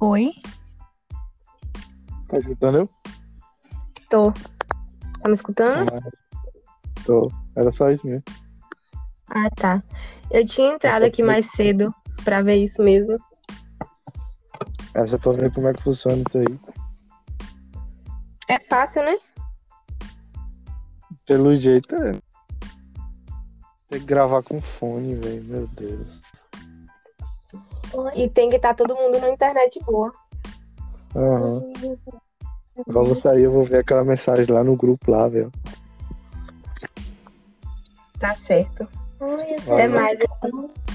Oi, Tá escutando eu? tô. Tá me escutando? Tô. Era só isso mesmo. Ah, tá. Eu tinha entrado aqui mais cedo pra ver isso mesmo. Essa é pra ver como é que funciona isso aí. É fácil, né? Pelo jeito é. Tem que gravar com fone, velho. Meu Deus. E tem que estar todo mundo na internet boa. Aham. Agora eu vou sair, eu vou ver aquela mensagem lá no grupo lá, velho. Tá certo. Até Olha. mais.